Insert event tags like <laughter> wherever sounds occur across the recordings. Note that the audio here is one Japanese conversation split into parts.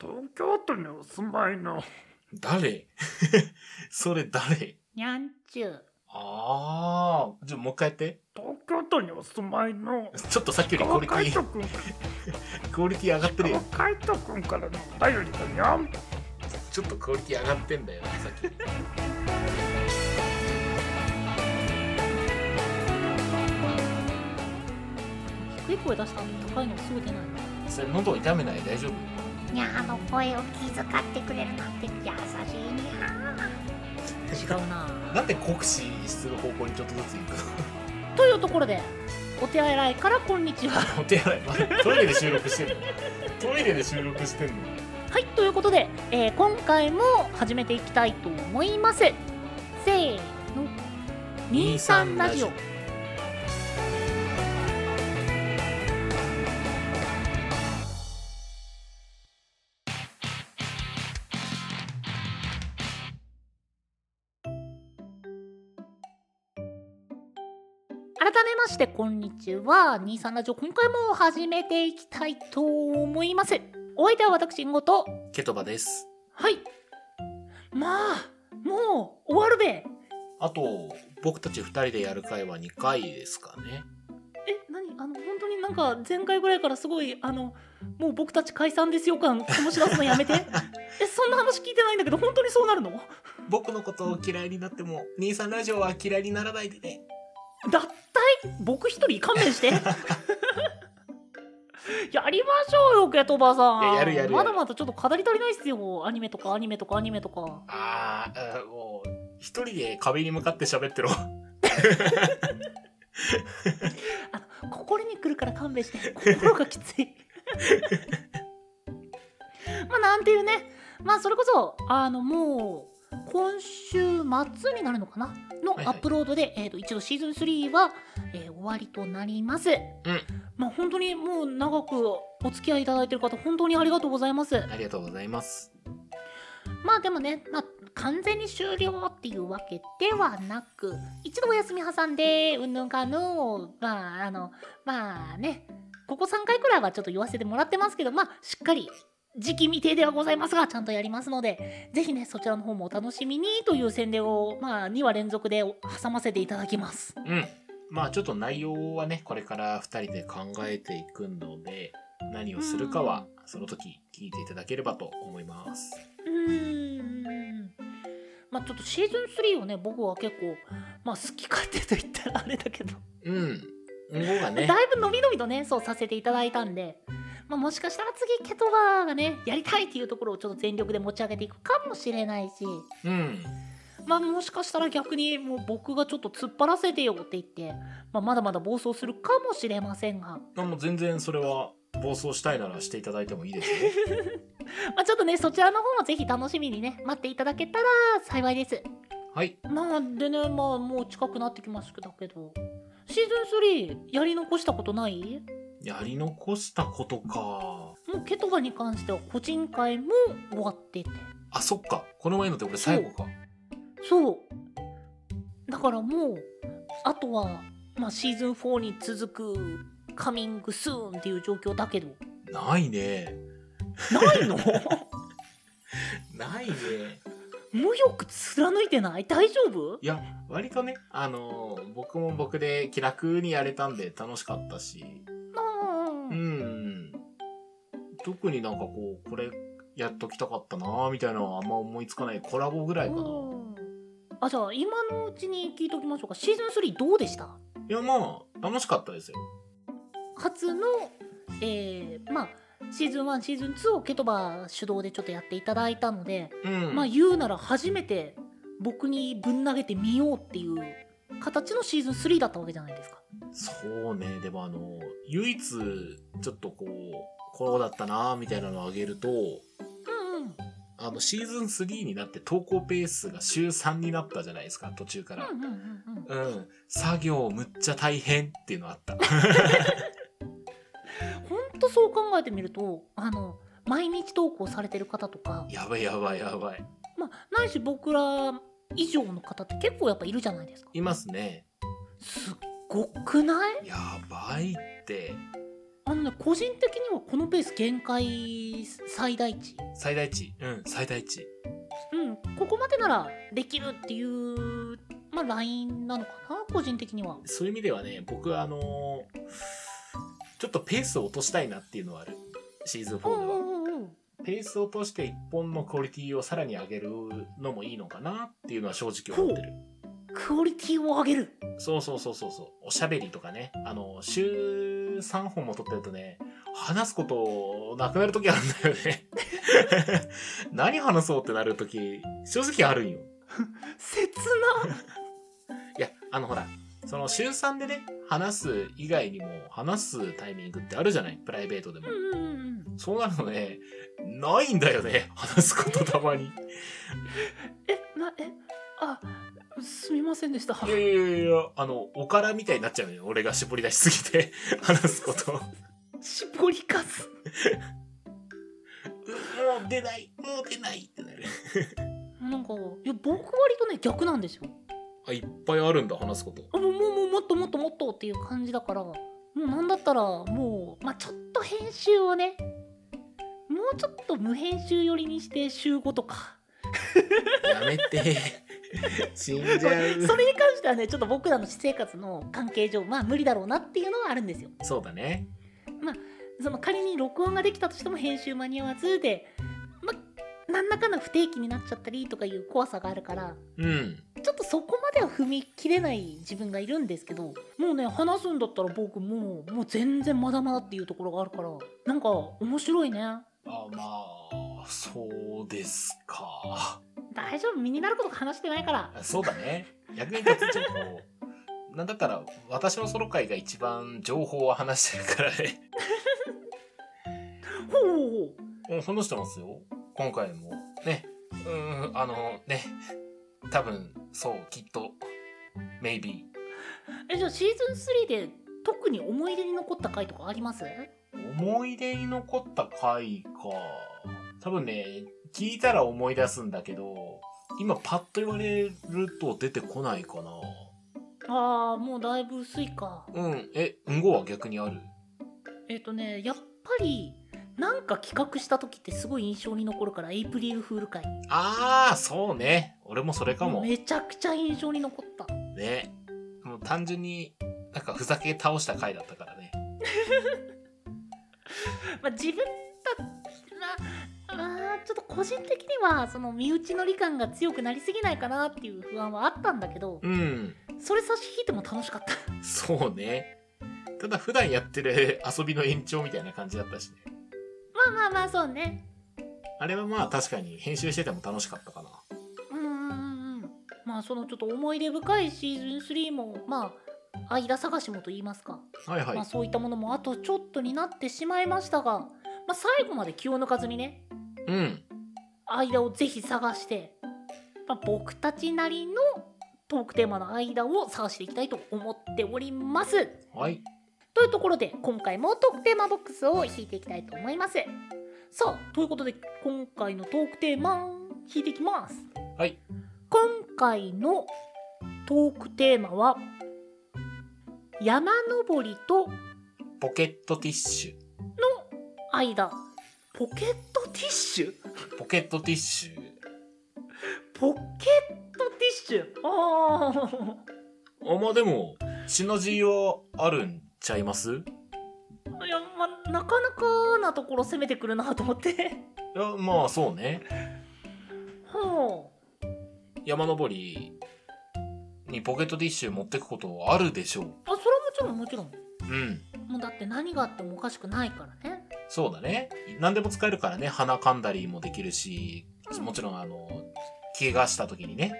東京都にお住まいの誰 <laughs> それ誰にゃんちゅう。ああ。じゃあもう一回やって。東京都にお住まいのちょっとさっきよりクオ川リテ海人、ィ君かクオリティ上がってる川よ。海人君からのお便りがにゃんちょっとクオリティ上がってんだよ、さっき。低い声出したのに高いのすぐ出ない。それ喉痛めない大丈夫にゃーの声を気遣ってくれるなんて優しいにゃー。違うな。なんで酷使する方向にちょっとずつ行というところで、お手洗いからこんにちは。くの <laughs> お手洗い、まあトイレで収録してんのトイレで収録してんのはい、ということで、えー今回も始めていきたいと思います。せーの。23ラジオ。改めましてこんにちは23ラジオ今回も始めていきたいと思いますお相手は私んごとケトバです。はいまあもう終わるべあと、僕たち二人でやる回は2回ですかね。え何あの本当になんか前回ぐらいからすごいあのもう僕たち解散ですよ感醸し出すのや <laughs> めてえそんな話聞いてないんだけど本当にそうなるの僕のことを嫌いになっても、兄さんラジオは嫌いにならないでね。脱退僕一人勘弁 <laughs> してやりましょうよケトバさんいややるやるやるまだまだちょっと語り足りないっすよアニメとかアニメとかアニメとかあーあー、もう、一人で壁に向かって喋ってろ。あの心に来るから勘弁して心がきつい <laughs> まあなんていうねまあそれこそあのもう今週末になるのかなのはいはいアップロードで、えー、と一度シーズン3は、えー終わりとなります、んまあ本当にもう長くお付き合いいただいてる方本当にありがとうございますありがとうございます。まあでもね、まあ、完全に終了っていうわけではなく一度お休み挟んでうんぬんかんぬんをまああのまあねここ3回くらいはちょっと言わせてもらってますけどまあしっかり時期未定ではございますがちゃんとやりますのでぜひねそちらの方もお楽しみにという宣伝をまあ2話連続で挟ませていただきますうん。まあちょっと内容はね、これから二人で考えていくので、何をするかは、その時聞いていただければと思います。うーんまあちょっとシーズン3をね僕は結構まあ好き勝手と言ったらあれだけどうん。今後がねだ、いぶ伸び伸びとねそうさせていただいたんで、まあ、もしかしたら次ケトバーがねやりたいっていうところをちょっと全力で持ち上げていくかもしれないし、うん。まあ、もしかしたら逆にもう僕がちょっと突っ張らせてよって言って、まあ、まだまだ暴走するかもしれませんが、あもう全然それは、暴走したいならしていただいてもいいです <laughs> よ。まあ、ちょっとねそちらの方もぜひ楽しみにね待っていただけたら幸いです。はい。まあでねまあもう近くなってきましたけどシーズン3やり残したことないやり残したことか。もうケトバに関しては個人会も終わってて。あ、そっか。この前のって俺最後か。そうだからもうあとは、まあ、シーズン4に続くカミングスーンっていう状況だけどないね。ないのないね。 <laughs> 無欲貫いてない大丈夫いや、割とね、あのー僕も僕で気楽にやれたんで楽しかったし、あうーん。特になんかこう、これやっときたかったなーみたいなのはあんま思いつかない。コラボぐらいかな。いうんあじゃあ今のうちに聞いておきましょうかシーズン3どうでしたや、まあ、楽しかったですよ。初のえー、まあシーズン1シーズン2をケトバ主導でちょっとやっていただいたので、うん。まあ言うなら初めて僕にぶん投げてみようっていう形のシーズン3だったわけじゃないですか。そうね。でもあのー唯一、ちょっとこう、こうだったなーみたいなのをあげると、うんうんあの、シーズン3になって投稿ペースが週3になったじゃないですか、途中から。うんうんうんうんうん、作業むっちゃ大変っていうのあった。 <laughs> ほんとそう考えてみるとあの毎日投稿されてる方とか、やばいやばいやばい。まあ、ないし僕ら以上の方って結構やっぱいるじゃないですか。いますね。すっごくないやばいって。あのね個人的にはこのペース限界最大値最大値うん最大値うん、ここまでならできるっていう、まあ、ラインなのかな、個人的には。そういう意味ではね僕はあのーちょっとペースを落としたいなっていうのはあるシーズンうん4でうはんうんうん。ペースを落として一本のクオリティをさらに上げるのもいいのかなっていうのは正直思ってるクオリティを上げる。そうそうそうそうそうおしゃべりとかねあの週3本も撮ってるとね話すことなくなる時あるんだよね <laughs> 何話そうってなる時正直あるんよ切な。いやあのほらその週3でね話す以外にも話すタイミングってあるじゃないプライベートでもうんうんうん。そうなるのねないんだよね話すことたまにえ、な、え、あ、すみませんでした。いやいやいやいやあのおからみたいになっちゃうのよ俺が絞り出しすぎて話すことも絞りかす。う出ないもう出ないってなるなんか、いや、僕割とね、逆なんですよ。あいっぱいあるんだ話すことあもう、もう、もう、もっともっともっとっていう感じだから、もうなんだったら、もう、まあ、ちょっと編集をね、もうちょっと無編集寄りにして週5とか。やめて死んじそゃれにう関してはねちょっと僕らの私生活の関係上まあ無理だろうなっていうのはあるんですよそうだねその仮に録音ができたとしても編集間に合わずでまあ何らかの不定期になっちゃったりとかいう怖さがあるからうんちょっとそこまでは踏み切れない自分がいるんですけどもうね話すんだったら僕もうもう全然まだまだっていうところがあるからなんか面白いねあまあそうですか大丈夫身になること話してないからそうだね。役に立つ情報。なんだったら、私のソロ会が一番情報を話してるからね。ほうほうほううん、話してますよ。今回も。ね。うん、あの、ね。多分、そう、きっと。maybe。えじゃあシーズン3で特に思い出に残った回とかあります思い出に残った回か。多分ね、聞いたら思い出すんだけど、今パッと言われると出てこないかな。ああもうだいぶ薄いかうん、え、うんごは逆にあるえっ、とねやっぱりなんか企画した時ってすごい印象に残るからエイプリルフール会あー、そうね。俺もそれかも。めちゃくちゃ印象に残ったねもう単純になんかふざけ倒した回だったからねまあ自分たまあまあちょっと個人的にはその身内乗り感が強くなりすぎないかなっていう不安はあったんだけどうんそれ差し引いても楽しかったそうねただ普段やってる遊びの延長みたいな感じだったしねま <laughs> あまあまあそうねあれはまあ確かに編集してても楽しかったかなうんうんうんうんまあそのちょっと思い出深いシーズン3もまあ間探しもと言いますかはいはまあ、いそういったものもあとちょっとになってしまいましたが、まあ、最後まで気を抜かずにねうん間をぜひ探して、まあ、僕たちなりのトークテーマの間を探していきたいと思っております。はいというところで今回もトークテーマボックスを引いていきたいと思います。さあということで今回のトークテーマ引いていきます。はい今回のトークテーマは山登りとポケットティッシ間ポケットティッシュュポケットティッシュポケットティッシュあー <laughs> あまあでもシナジーはあるんちゃいますいいやまあなかなかなところ攻めてくるなと思って <laughs> やまあそうねほ山登りにポケットティッシュ持ってくことはあるでしょううあそれはもちろんもちうんろんもうだって何があってもおかしくないからねそうだね。何でも使えるからね、鼻かんだりもできるし、もちろんあの、怪我した時にね、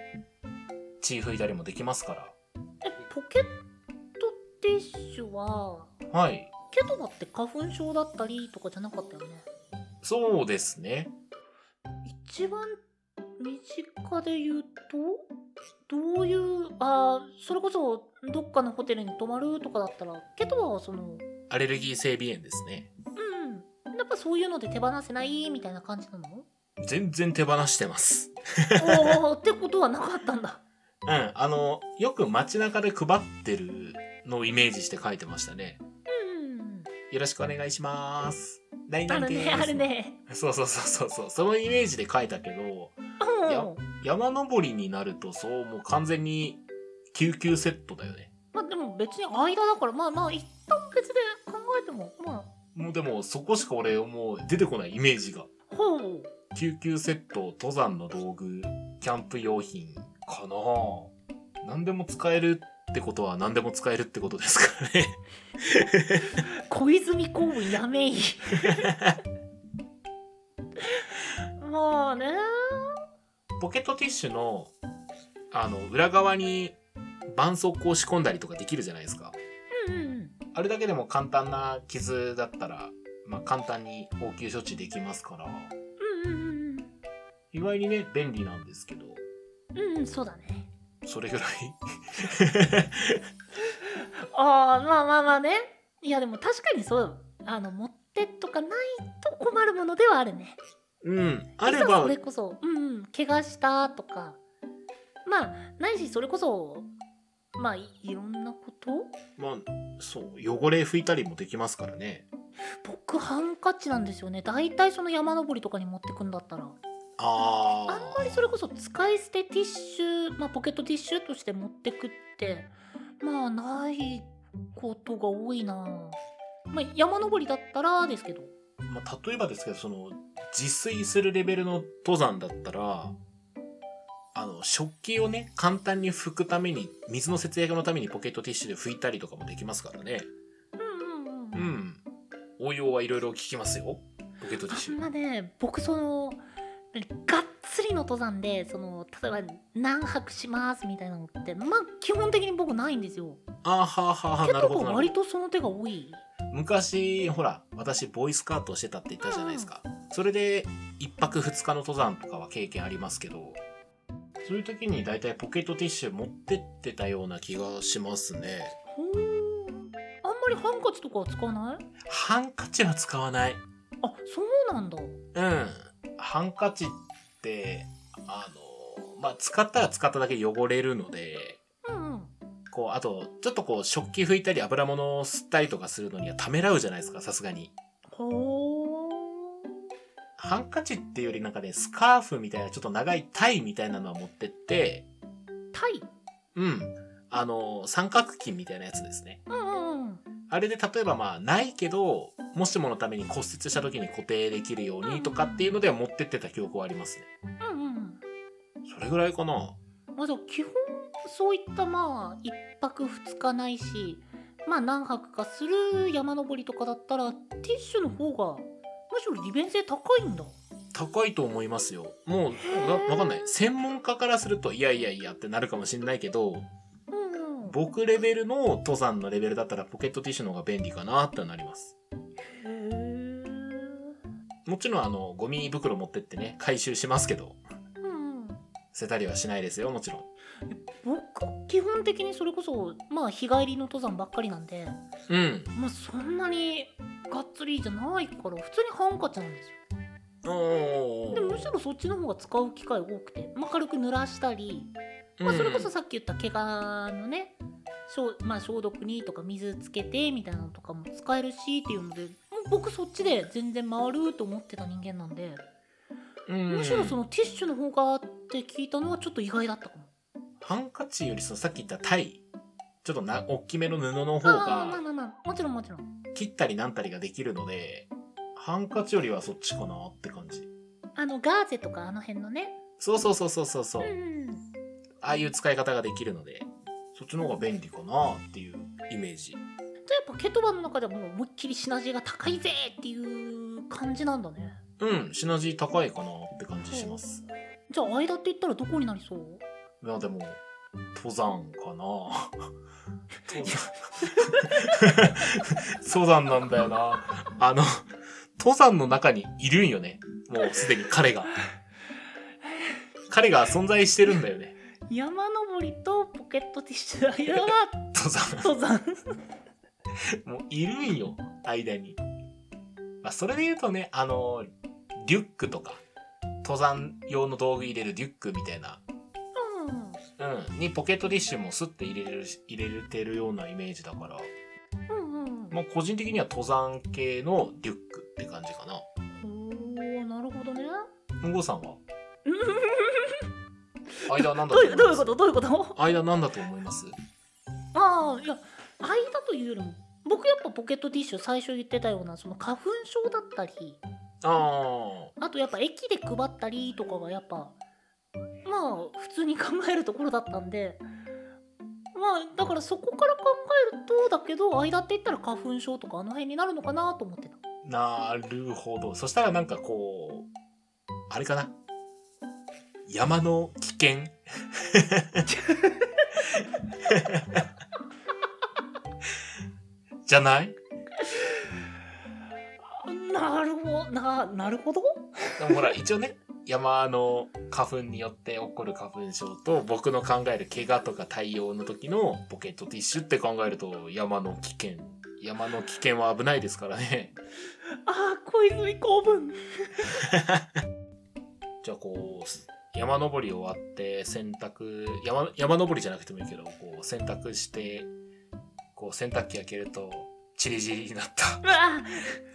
血拭いたりもできますかえポケットティッシュはら。はい。ケトバって花粉症だったりとかじゃなかったよねそうですね。一番身近で言うとどういうあーそれこそどっかのホテルに泊まるとかだったらケトバはそのアレルギー性鼻炎ですね。うんやっぱそういうので手放せないみたいな感じ <laughs> なの全然手放してます。おーってことはなかったんだうん。あの、よく街中で配ってるのをイメージして書いてましたね。うんよろしくお願いします。何あ々るですねあるねそうそうそうそうそうそのイメージで書いたけどうんいや山登りになるとそうもう完全に救急セットだよねまあでも別に間だからまあまあ一旦別で考えてもまもうでもそこしか俺もう出てこないイメージがあほう救急セット登山の道具キャンプ用品かな何でも使えるってことは何でも使えるってことですからね <laughs> 小泉公務 <laughs> やめいまあねポケットティッシュのあの裏側に絆創膏を仕込んだりとかできるじゃないですかうんうんあれだけでも簡単な傷だったら、まあ、簡単に応急処置できますからうんうん意外にね便利なんですけどうんうんうんそうだねそれぐらいああまあまあまあねいやでも確かにそうあの持ってとかないと困るものではあるねうんあいれざそばれこそうんうん怪我したとかまあないしそれこそまあいいろんなことまあそう汚れ拭いたりもできますからね僕ハンカチなんですよね大体その山登りとかに持ってくんだったらああんまりそれこそ使い捨てティッシュ、まあ、ポケットティッシュとして持ってくってまあないことが多いなまあ山登りだったらですけどまあ、例えばですけどその自炊するレベルの登山だったらあの食器をね簡単に拭くために水の節約のためにポケットティッシュで拭いたりとかもできますからねうんうんうんうん応用はいろいろ効きますよポケットティッシあんュまね僕そのがっつりの登山でその例えば何泊しますみたいなのってまあ基本的に僕ないんですよ。あーはあはあはあけなるほどどなるほど割とその手が多い。昔ほら私ボーイスカートをしてたって言ったじゃないですか、それで1泊2日の登山とかは経験ありますけどそういう時に大体ポケットティッシュ持ってってたような気がしますねほーあんまりハンカチとかは使わないハンカチは使わないあそうなんだ。うんハンカチってあのまあ使ったら使っただけ汚れるのでうんうん。こうあとちょっとこう食器拭いたり油物を吸ったりとかするのにはためらうじゃないですかさすがにほーハンカチっていうよりなんかね、スカーフみたいな、ちょっと長いタイみたいなのは持ってって、タイ。うん。あの、三角巾みたいなやつですね。うんうんうん。あれで例えばまあ、ないけど、もしものために骨折した時に固定できるようにとかっていうのでは持ってってた記憶はありますね。うんうんそれぐらいかな。うん。まあじゃあ基本そういったまあ一泊二日ないし。まあ何泊かする山登りとかだったらティッシュの方がむしろ利便性高いんだ。高いと思いますよ。もう、わへーわかんない。専門家からすると、いやいやいやってなるかもしんないけど、うんうん、僕レベルの登山のレベルだったらポケットティッシュの方が便利かなってなります。へーもちろんあの、ゴミ袋持ってってね、回収しますけど。うんうん捨てたりはしないですよもちろん僕基本的にそれこそまあ日帰りの登山ばっかりなんでうんまあそんなにがっつりじゃないから普通にハンカチなんですよおでむしろそっちの方が使う機会多くて、まあ、軽く濡らしたり、まあ、それこそさっき言った怪我のね、消まあ、消毒にとか水つけてみたいなのとかも使えるしっていうのでもう僕そっちで全然回ると思ってた人間なんでむしろそののティッシュの方がって聞いたのはちょっと意外だったかも。ハンカチよりそのさっき言ったタイちょっとな大きめの布の方ああまあがまあまあもちろんもちろん切ったりなんたりができるのでハンカチよりはそっちかなって感じあのガーゼとかあの辺のねそうそうそうそうそうそううんああいう使い方ができるのでそっちの方が便利かなっていうイメージじゃあやっぱケトバの中ではもう思いっきりシナジーが高いぜっていう感じなんだねうんシナジー高いかなって感じしますじゃあ間って言ったらどこになりそういやでも登山かな登山 <laughs> 登山なんだよなあの登山の中にいるんよねもうすでに彼が彼が存在してるんだよね山登りとポケットティッシュの間は登山登山もういるんよ間に、まあ、それで言うとねあのリュックとか登山用の道具入れるリュックみたいなうんにポケットティッシュもスッて入れれるし入れてるようなイメージだからうんうんうんまあ、個人的には登山系のリュックって感じかな。おおなるほどねうんごさんはうん間なんだどういうどういうこととどういうこと間なんだと思いますああいや間というよりも僕やっぱポケットティッシュ最初言ってたようなその花粉症だったりああとやっぱ駅で配ったりとかがやっぱまあ普通に考えるところだったんでまあだからそこから考えるとだけど間って言ったら花粉症とかあの辺になるのかなと思ってたあ、なるほど。そしたらなんかこう、あれかな。山の危 <laughs> 険じゃないなるほどななるほどでもほら、一応ね、山の花粉によって起こる花粉症と、僕の考える怪我とか対応の時のポケットティッシュって考えると、山の危険。山の危険は危ないですからね。 <laughs> あー小泉公文じゃあこう、山登り終わって、洗濯、山、山登りじゃなくてもいいけど、こう、洗濯して、こう、洗濯機開けると、チリチリになったうわ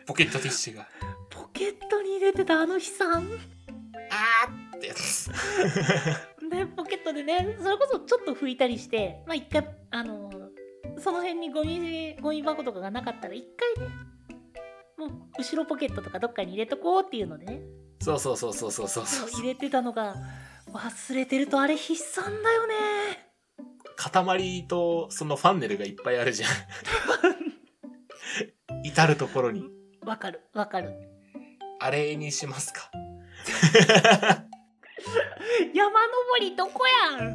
ポケットティッシュが、ポケットに入れてたあの悲惨あーってやつです。でポケットでねそれこそちょっと拭いたりしてまあ一回あのその辺にゴミゴミ箱とかがなかったら一回ねもう後ろポケットとかどっかに入れとこうっていうのでねそうそうそうそうそうそうそう。入れてたのが忘れてるとあれ悲惨だよね塊とそのファンネルがいっぱいある <laughs> じゃん至る所にわかるわかるあれにしますか山登りどこやん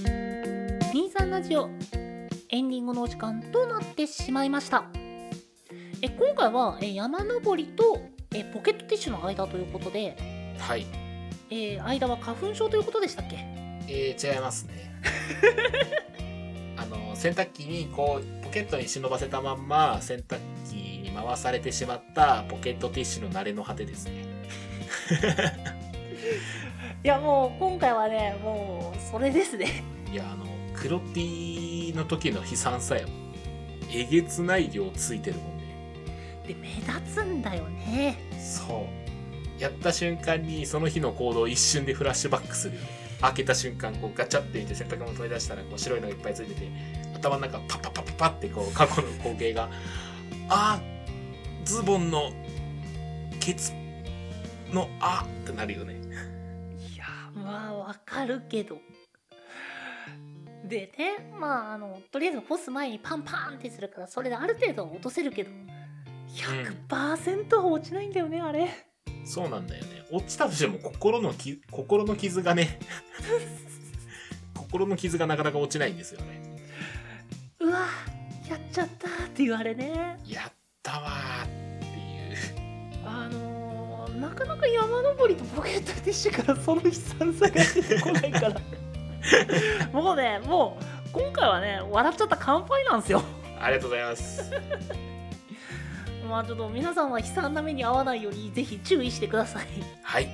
23ラジオエンディングのお時間となってしまいましたえ今回はえ山登りとえポケットティッシュの間ということではいえー、間は花粉症ということでしたっけえー、違いますねあの洗濯機にこうポケットに忍ばせたまんま洗濯機に回されてしまったポケットティッシュの慣れの果てですねいやもう今回はねもうそれですねいやあの黒 T の時の悲惨さよえげつない量ついてるもんね <laughs> で目立つんだよねそうやった瞬間にその日の行動を一瞬でフラッシュバックするよね開けた瞬間こうガチャっていて洗濯物取り出したらこう白いのがいっぱいついてて頭の中パッパッパッパッパッってこう過去の光景があーズボンのケツのあーってなるよねいやまあわかるけどでねまああのとりあえず干す前にパンパンってするからそれである程度は落とせるけど100%は落ちないんだよね、あれそうなんだよね落ちたとしても心のき心の傷がね <laughs> 心の傷がなかなか落ちないんですよねうわやっちゃったって言われねやったわーっていうあのーなかなか山登りとポケットティッシュからその悲惨さが出てこないからもうねもう今回はね笑っちゃった乾杯なんですよありがとうございますまあちょっと皆さんは悲惨な目に遭わないようにぜひ注意してください、 <laughs> はい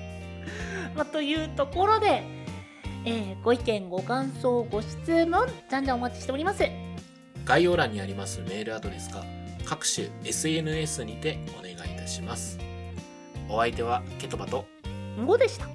まあ、というところで、えーご意見ご感想ご質問じゃんじゃんお待ちしております概要欄にありますメールアドレスか各種 SNS にてお願いいたします。お相手はケトバと5でした